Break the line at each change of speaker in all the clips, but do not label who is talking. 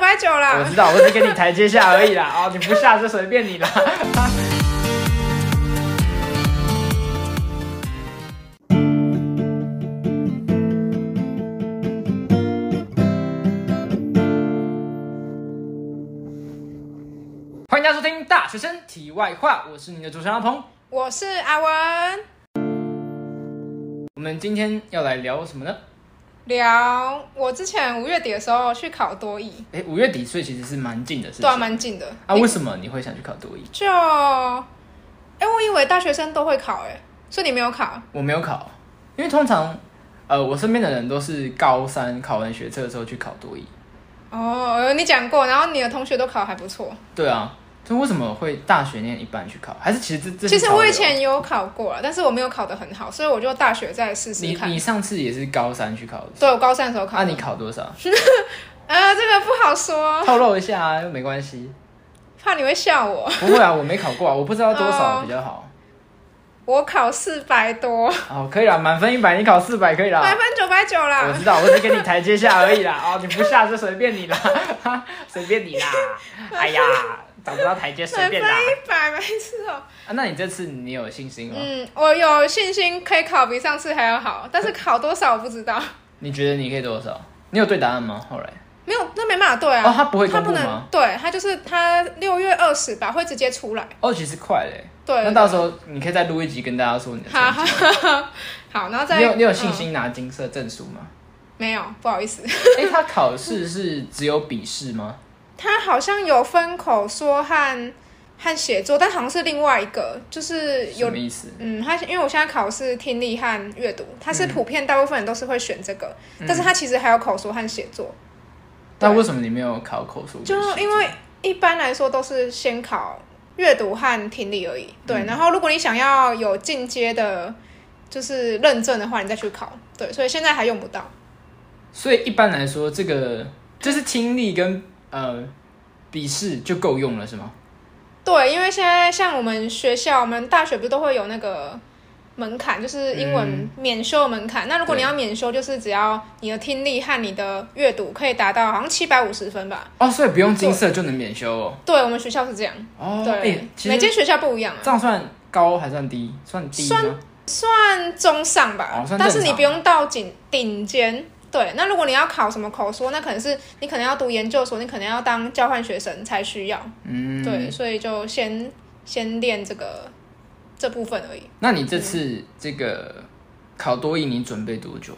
太久
我
了
知。道，我只是给你台阶下而已啦。哦，你不下就随便你啦。欢迎大家收听《大学生题外话》，我是你的主持人阿鹏。
我是阿文，
我们今天要来聊什么呢？
聊我之前五月底的时候去考多艺，
哎，五月底，所以其实是蛮近的事情。
对啊，蛮近的。
啊，为什么你会想去考多一？
就，哎、我以为大学生都会考、哎，所以你没有考，
我没有考，因为通常，呃，我身边的人都是高三考完学测的时候去考多一。
哦，你讲过，然后你的同学都考得还不错。
对啊，就为什么会大学念一半去考？还是其实这这
其
是
实
潮流
我以前也有考过了，但是我没有考得很好，所以我就大学再试试
你
看。
你上次也是高三去考的，
对，我高三的时候考
啊，
的。
你考多少？
嗯呃，这个不好说，
透露一下啊，又没关系。
怕你会笑我。
不会啊，我没考过啊，我不知道多少比 较好。
我考四百多，
哦，可以啦，满分一百，你考四百可以
满
啦。
分九百九
我
啦。
知道，我只给你台阶下而已啦。哦，你不下就随便你啦， 随便你啦。哎呀，找不到台阶随
满分
便啦。
一百，没事哦。
啊，那你这次你有信心吗？
嗯，我有信心可以考比上次还要好，但是考多少我不知道。
你觉得你可以多少？你有对答案吗？后来
没有，那没办法对啊。
哦他不会公布吗
能对他就是他六月二十吧，会直接出来。
哦，其实快嘞。
对
那到时候你可以再录一集跟大家说你的
好，
成
好，
绩。
好好好然后再
你有你有信
嗯
心拿金色证书吗？
没有，不好意思，
哎、他考试是只有笔试吗？
他好像有分口说和和写作，但好像是另外一个，就是
什
有
么意思？
嗯，他因为我现在考试听力和阅读，他
嗯
是普遍大部分人都是会选这个，但是他其实还有口说和写作，
那为什么你没有考口述笔试？
就因为一般来说都是先考阅读和听力而已。
嗯
对，然后如果你想要有进阶的，就是认证的话，你再去考。对，所以现在还用不到。
所以一般来说，这个就是听力跟呃笔试就够用了，是吗？
对，因为现在像我们学校，我们大学不是都会有那个门槛，就是英文免修门槛。那如果你
嗯对
要免修，就是只要你的听力和你的阅读可以达到好像七百五十分吧。
哦，所以不用金色就能免修哦。
对我们学校是这样，
哦，
对，
诶其
每
实
间学校不一样
这
啊，
样算高还算低？算低吗？
算中上吧，
哦算
但是
正
你
常
不用到顶顶尖。对，那如果你要考什么口说，那可能是你可能要读研究所，你可能要当交换学生才需要。
嗯，
对，所以就先先练这个这部分而已。
那你这次这个考多艺，你准备多久？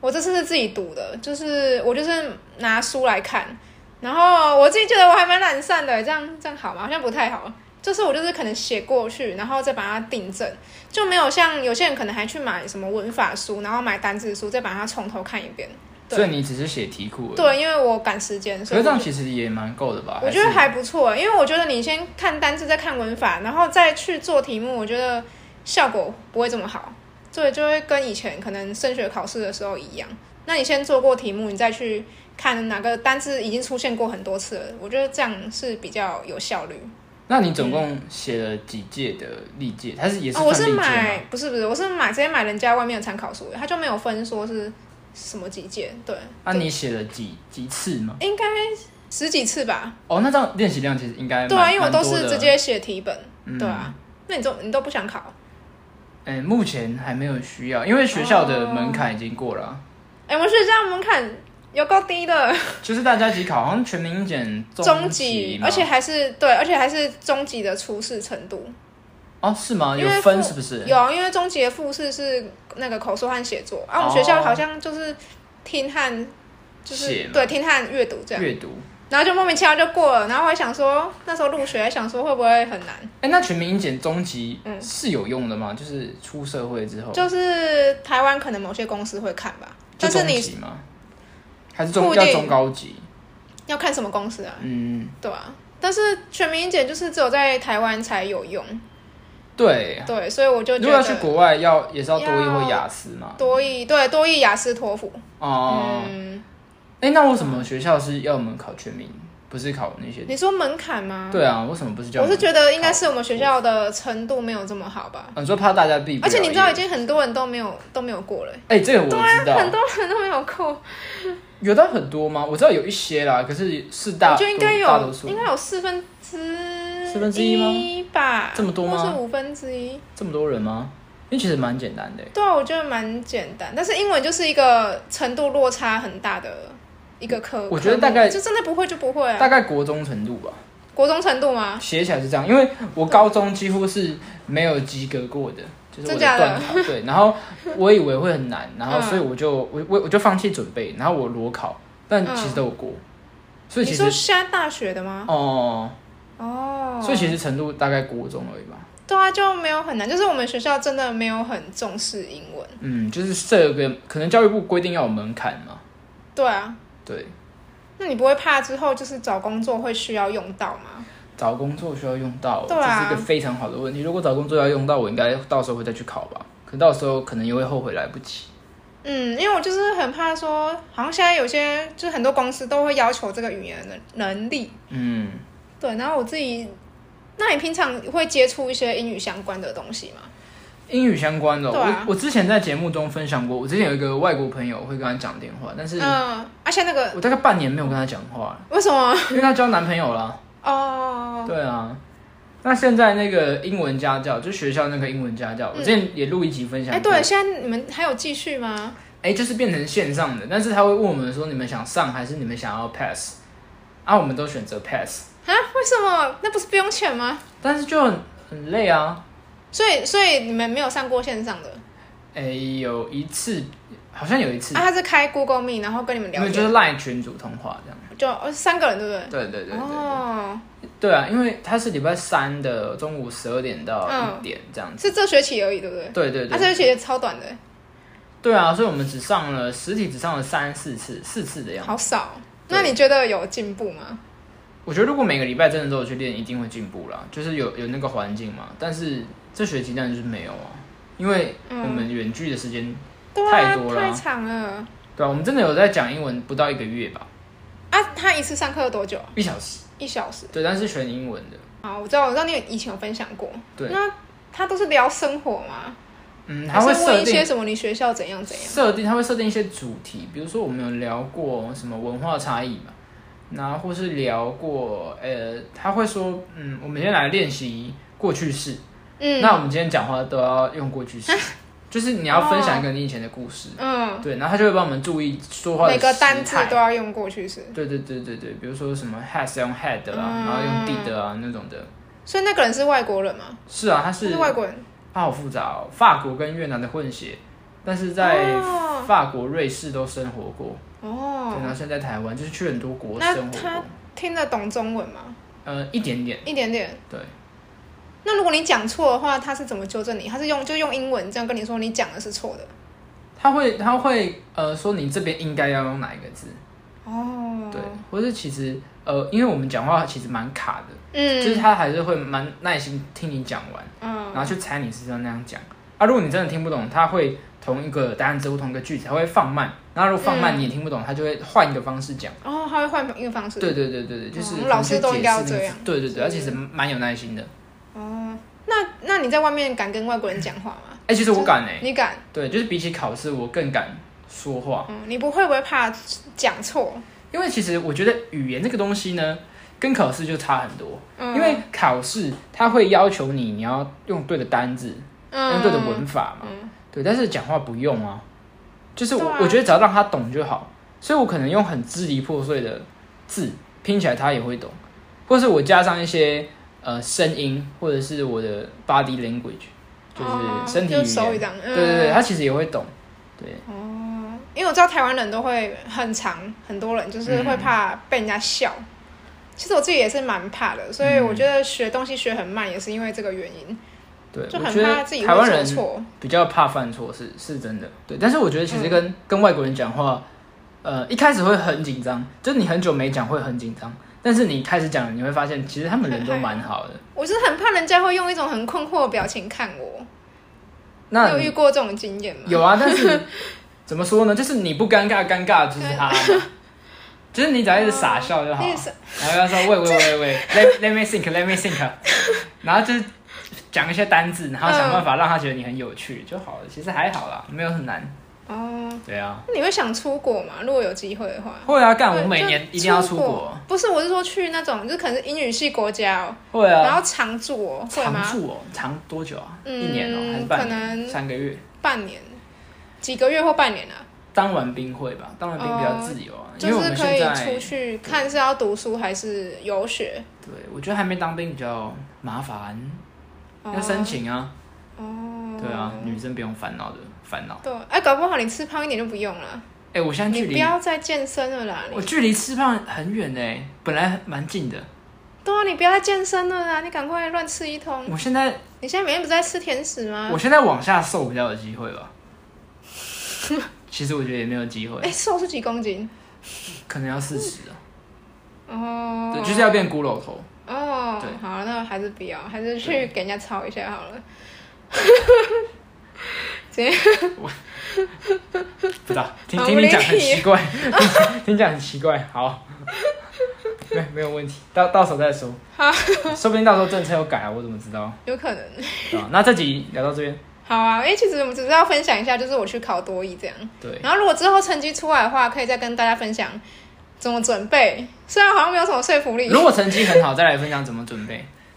我这次是自己读的，就是我就是拿书来看，然后我自己觉得我还蛮懒散的，这样这样好吗？好像不太好。就是我就是可能写过去，然后再把它订正，就没有像有些人可能还去买什么文法书，然后买单字书，再把它从头看一遍。对
所以你只是写题库而已。，
对，因为我赶时间，所
可
以
是这
我
样其实也蛮够的吧？
我觉得
是
还不错，因为我觉得你先看单字，再看文法，然后再去做题目，我觉得效果不会这么好。对，就会跟以前可能升学考试的时候一样。那你先做过题目，你再去看哪个单字已经出现过很多次了，我觉得这样是比较有效率。
那你总共写了几届的历届？它是也是
哦，
算
我
历届
是
吗？
买不是不是，我是买直接买人家外面的参考书，他就没有分说是什么几届，对，
那啊你写了几几次吗？
应该十几次吧。
哦，那这样练习量其实应该
对啊，
蛮
因为我都
蛮多
是
的
直接写题本，对啊
嗯。
那你都你都不想考？
哎，目前还没有需要，因为学校的门槛已经过了啊，
哎、我们学校门槛有够低的，
就是大家一起考，好像全民英检
中
级
级，
嘛，
而且还是对，而且还是中级的初试程度。
哦是吗？
因
有
为
分
附
是不是？
有，啊因为中级的复试是那个口说和写作，啊，我们
哦
学校好像就是听和就是
写嘛
对听和阅读这样，
阅读。
然后就莫名其妙就过了。然后我还想说，那时候入学还想说会不会很难，
哎，那全民英检中级是有用的吗？就是出社会之
嗯
后，
就是台湾可能某些公司会看吧，
哦就
但是
中
你
级吗？还是
不
中
一定
要中高级？
要看什么公司啊，
嗯，
对啊。但是全民英检就是只有在台湾才有用，
对。啊
对，所以我就
如
觉
果
得
要去国外，要也是要多益
要
或雅思嘛。
多益对多益雅思托福，
哦，
嗯，
哎，那为什么学校是要我们考全民不是考那些。
你说门槛吗？，
对啊，为什么不是叫？
我是觉得应该是我们学校的程度没有这么好吧。
啊，你说怕大家避
而
不了业，
且你知道，已经很多人都没有都没有过了、
哎、这个我知道，
啊很多人都没有过，
有到很多吗？我知道有一些啦，可是是大，
我觉得应该
大多
有，
数
应该有四分之
四分之一吗
吧，
这么多吗
或是五分之一？
这么多人吗？因为其实蛮简单的、
对啊，我觉得蛮简单，但是英文就是一个程度落差很大的一个科。
我觉
科
得
目
大概
就真的不会就不会啊，
大概国中程度吧，
国中程度吗？
写起来是这样。因为我高中几乎是没有及格过的，就是我
真假的
段考对，然后我以为会很难，然后
嗯
所以我就我我我就放弃准备，然后我裸考，但
嗯
其实都有过，所以
你
其
说
实
现在大学的吗？
哦、
哦，
所以其实程度大概国中而已吧。
对啊，就没有很难，就是我们学校真的没有很重视英文。
嗯，就是这个可能教育部规定要有门槛嘛，
对啊，
对，
那你不会怕之后就是找工作会需要用到吗？
找工作需要用到，
对啊
这是一个非常好的问题。如果找工作要用到，我应该到时候会再去考吧。可到时候可能也会后悔来不及。
嗯，因为我就是很怕说，好像现在有些就是很多公司都会要求这个语言的能力。
嗯，
对，然后我自己，那你平常会接触一些英语相关的东西吗？
英语相关的哦、
对啊
我我之前在节目中分享过，我之前有一个外国朋友会跟他讲电话，但是
嗯，而且那个
我大概半年没有跟他讲话了，
为什么？
因为他交男朋友了。
哦，
对啊，那现在那个英文家教，就学校那个英文家教，我之前也录一集分享
嗯哎、
过。
对，现在你们还有继续吗？
哎、就是变成线上的，但是他会问我们说，你们想上还是你们想要 pass？啊，我们都选择 pass，
啊，为什么？那不是不用钱吗？
但是就很很累啊。
所以，所以你们没有上过线上的
哎、有一次好像有一次
啊？，他是开 Google Meet，然后跟你们
因
聊
为
天，
就是赖群主通话这样。
就哦三个人，对不对？
对对对对
哦，
对啊，因为他是礼拜三的中午十二点到
嗯
一点这样子。
是这学期而已，对不对？
对对
啊，这
对，
学期也超短的，
对啊，所以我们只上了实体，只上了三四次，四次的样子。
好少。
对
那你觉得有进步吗？
我觉得如果每个礼拜真的都有去练，一定会进步啦，就是有有那个环境嘛。但是这学期当然就是没有啊，因为我们远距的时间
对啊，
太多了啊
太长了
对啊，我们真的有在讲英文，不到一个月吧，
啊！他一次上课多久？
一小时。
一小时。
对，但是全英文的。
好，我知道，我知道你以前有分享过。
对
那他都是聊生活吗？
嗯，他
还
会
是问
设
一些
定
什么？你学校怎样怎样？
设定，他会设定一些主题，比如说我们有聊过什么文化差异嘛，那或是聊过呃，他会说，嗯，我们先来练习过去式。
嗯，
那我们今天讲话都要用 过去式，就是你要分享一个你以前的故事。
嗯，
对，然后他就会帮我们注意说话的
每个单
时
字
态
都要用过去式，
对对对对对，比如说什么 has 用 had 啊，
嗯
然后用 did 啊那种的。
所以那个人是外国人吗？
是啊，他
他
是
是外国人，
它好复杂哦，法国跟越南的混血，但是在
哦
法国、瑞士都生活过，对然
哦，
后现在在台湾就是去很多国
那
生活
他
过，
听得懂中文吗？
呃，一点点，
一点点。
对，
那如果你讲错的话，他是怎么纠正你？他是用就用英文这样跟你说你讲的是错的。
他会他会呃说你这边应该要用哪一个字，
哦，
对，或是其实呃，因为我们讲话其实蛮卡的，就是
嗯，
他还是会蛮耐心听你讲完，
嗯，
然后去猜你是不是那样讲，啊，如果你真的听不懂，他会同一个答案之后同一个句子，他会放慢，然后如果放慢
嗯
你也听不懂，他就会换一个方式讲。
哦，他会换一个方式。
对对对对对，就是
哦
可能
老师
去
都
解
应该要
释那
这
个
样
字对对对，而且
是
是蛮有耐心的。
哦，那那你在外面敢跟外国人讲话吗？
哎、其实我
就
敢哎、
你敢？
对，就是比起考试，我更敢说话，
嗯，你不会不会怕讲错？
因为其实我觉得语言这个东西呢，跟考试就差很多。
嗯，
因为考试它会要求你，你要用对的单字，用
嗯
对的文法嘛。
嗯
对，但是讲话不用啊，就是我、
对啊
我觉得只要让他懂就好。所以我可能用很支离破碎的字拼起来，他也会懂，或是我加上一些呃声音，或者是我的 body language，就是身体
哦就
语
是手语
言。
这样。嗯、
对对对，他其实也会懂。对，
哦，因为我知道台湾人都会很长，很多人就是会怕
嗯
被人家笑。其实我自己也是蛮怕的，所
嗯
以我觉得学东西学很慢也是因为这个原因，
对，
就
我
很
觉
怕
得
自己
台湾
会说
人
错。
比较怕犯错是是真的。对，但是我觉得其
嗯
实跟、跟外国人讲话，呃，一开始会很紧张，就是你很久没讲会很紧张，但是你开始讲了，你会发现其实他们人都
很害
蛮好的。
我是很怕人家会用一种很困惑的表情看我。
那
你有遇过这种经验吗？
有啊，但是怎么说呢？就是你不尴尬，尴尬的就是他嘛。就是你只要一直傻笑就好
那
了
个。哦是
然后要说喂 喂喂喂，let let me think，let me think，然后就是讲一些单字，然后想办
嗯
法让他觉得你很有趣就好了。其实还好啦，没有很难。
哦，
对啊，
那你会想出国吗？如果有机会的话，
会啊，干
对
我每
就
年一定要
出
出国。。
不是，我是说去那种，就是可能是英语系国家哦，
会
然
啊，
后常住哦，会
常
吗？
住哦，长多久啊？
嗯
一年哦，还是半
可能
年？三个月。
半年，几个月或半年啊，
当完兵会吧，当完兵比较
哦
自由啊，
就
因为我
是
们
可
现
以
在
出去看是要读书还是游学。
对我觉得还没当兵比较麻烦，
哦
要申请啊。
哦，
对啊，女生不用烦恼的烦恼。
对，哎，搞不好你吃胖一点就不用了，
哎，我现在
你
距
不
离
要再健身了啦，
我
你
距离吃胖很远呢、本来蛮近的。
对啊，你不要再健身了啦，你赶快乱吃一通。
我现在
你现在每天不是在吃甜食吗
我？现在往下瘦比较有机会吧。其实我觉得也没有机会
哎，，瘦是几公斤？
可能要四十啊，
哦，
对，就是要变骷髅头。
哦，
对
好，那还是不要，还是去
对
给人家抄一下好了。
不知道，听
好
听
无
你
理
讲很
解
奇怪， 听你讲很奇怪。好， 没没有问题，到到时候再说。
好，
说不定到时候政策有改啊，我怎么知道？
有可能。
对啊那这集聊到这边，
好啊，因为其实我们只是要分享一下，就是我去考多艺这样。
对，
然后如果之后成绩出来的话，可以再跟大家分享怎么准备。虽然好像没有什么说服力，
如果成绩很好，再来分享怎么准备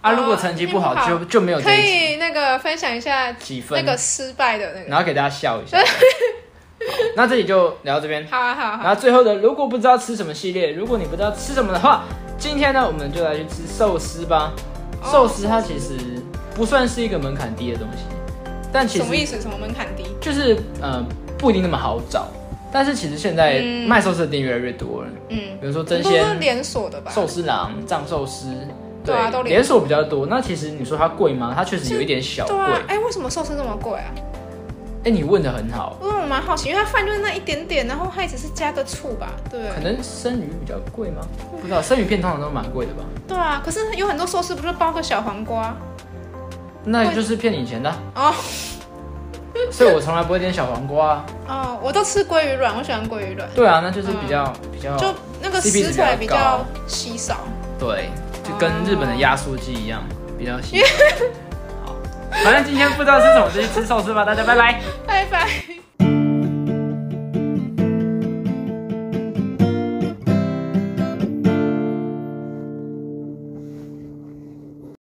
啊。
哦
如果成绩不好，
成绩不好
就就没有
可
这一集
以那个分享一下
几分
那个失败的那个。
然后给大家笑一下。好那这里就聊到这边。
好啊，好啊，好
然
啊，
后最后的，如果不知道吃什么系列，如果你不知道吃什么的话，今天呢，我们就来去吃寿司吧。
哦
寿司它其实不算是一个门槛低的东西，但其
什么意
实
思？什么门槛低？
就是呃不一定那么好找。但是其实现在
嗯
卖寿司的店越来越多了，
嗯，
比如说真
都是
鲜
连锁的吧？
寿司郎、藏寿司，
对啊都连
连锁比较多。那其实你说它贵吗？它确实有一点小
对
贵。
啊，哎，为什么寿司这么贵啊？
哎，你问的很好，
因为我蛮好奇，因为它饭就是那一点点，然后它也只是加个醋吧，对不对
可？能生鱼比较贵吗？不知道，生鱼片通常都蛮贵的吧？
对啊，可是有很多寿司不是包个小黄瓜
那就是骗你钱的啊、
哦
所以我从来不会点小黄瓜、啊。
哦，我都吃鲑鱼卵，我喜欢鲑鱼卵，
对啊，那就是比较、比较
嗯就那个
CP
食材
值
比
比较高
较稀少。
对，就跟日本的压缩机一样，比
哦
较新。好，反正今天不知道吃什么，就去吃寿司吧，大家拜拜。
拜拜。